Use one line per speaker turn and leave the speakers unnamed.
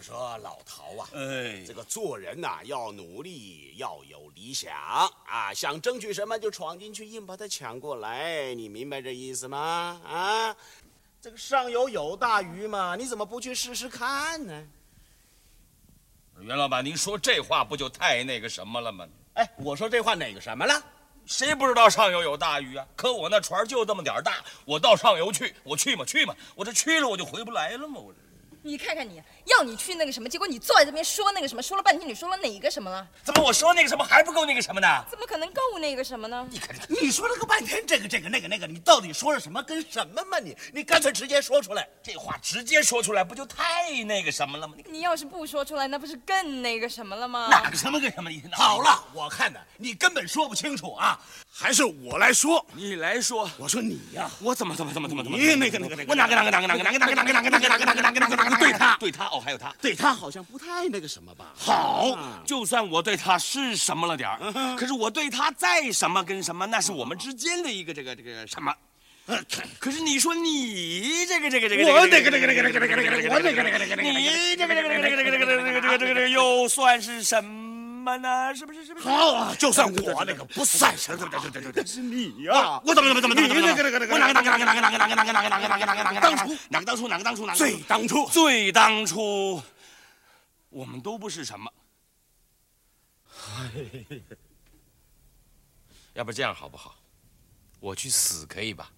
说老陶啊，
哎
这，个做人呐、要努力，要有理想啊，想争取什么就闯进去，硬把它抢过来，你明白这意思吗？啊，这个上游有大鱼嘛，你怎么不去试试看呢？
袁老板，您说这话不就太那个什么了吗？
哎，我说这话哪个什么了？
谁不知道上游有大鱼啊？可我那船就这么点儿大，我到上游去，我去嘛去嘛，我这去了我就回不来了嘛，我这
你看看你，要你去那个什么，结果你坐在这边说那个什么，说了半天，你说了哪个什么了？
怎么我说那个什么还不够那个什么呢？
怎么可能够那个什么呢？
你说了个半天这个这个那个那个，你到底说了什么跟什么嘛？你你干脆直接说出来。
这话直接说出来不就太那个什么了吗？你
你要是不说出来，那不是更那个什么了吗？
哪个什么跟什么？你
好，了，我看呢，你根本说不清楚啊。
还是我来说，
你来说，
我说你呀、
我怎么怎么怎么怎么怎么？
你那个那个那个
我哪个哪个哪个哪个哪个哪个哪个哪个哪个哪个哪个哪个哪个哪个对他对他哦，还有他
对他好像不太那个什么吧？
好，就算我对他是什么了点儿，可是我对他再什么跟什么，那是我们之间的一个这个这个什么。可是你说你这个这个这个，
我那个那个那个那个那个那个，我那个那个那个那个。
你这个这个这个这个这个这个这个这个这个又算是什么呢？是不是是不是？
好啊，就算我那个不算什么，对对对对对，是你呀！我怎么怎么怎么怎么？你那个那个那个，我哪个哪个哪个哪个哪个哪个哪个哪个哪个哪个哪个当初
哪个当初哪个当初哪个
最当初
最当初，我们都不是什么。要不这样好不好？我去死可以吧？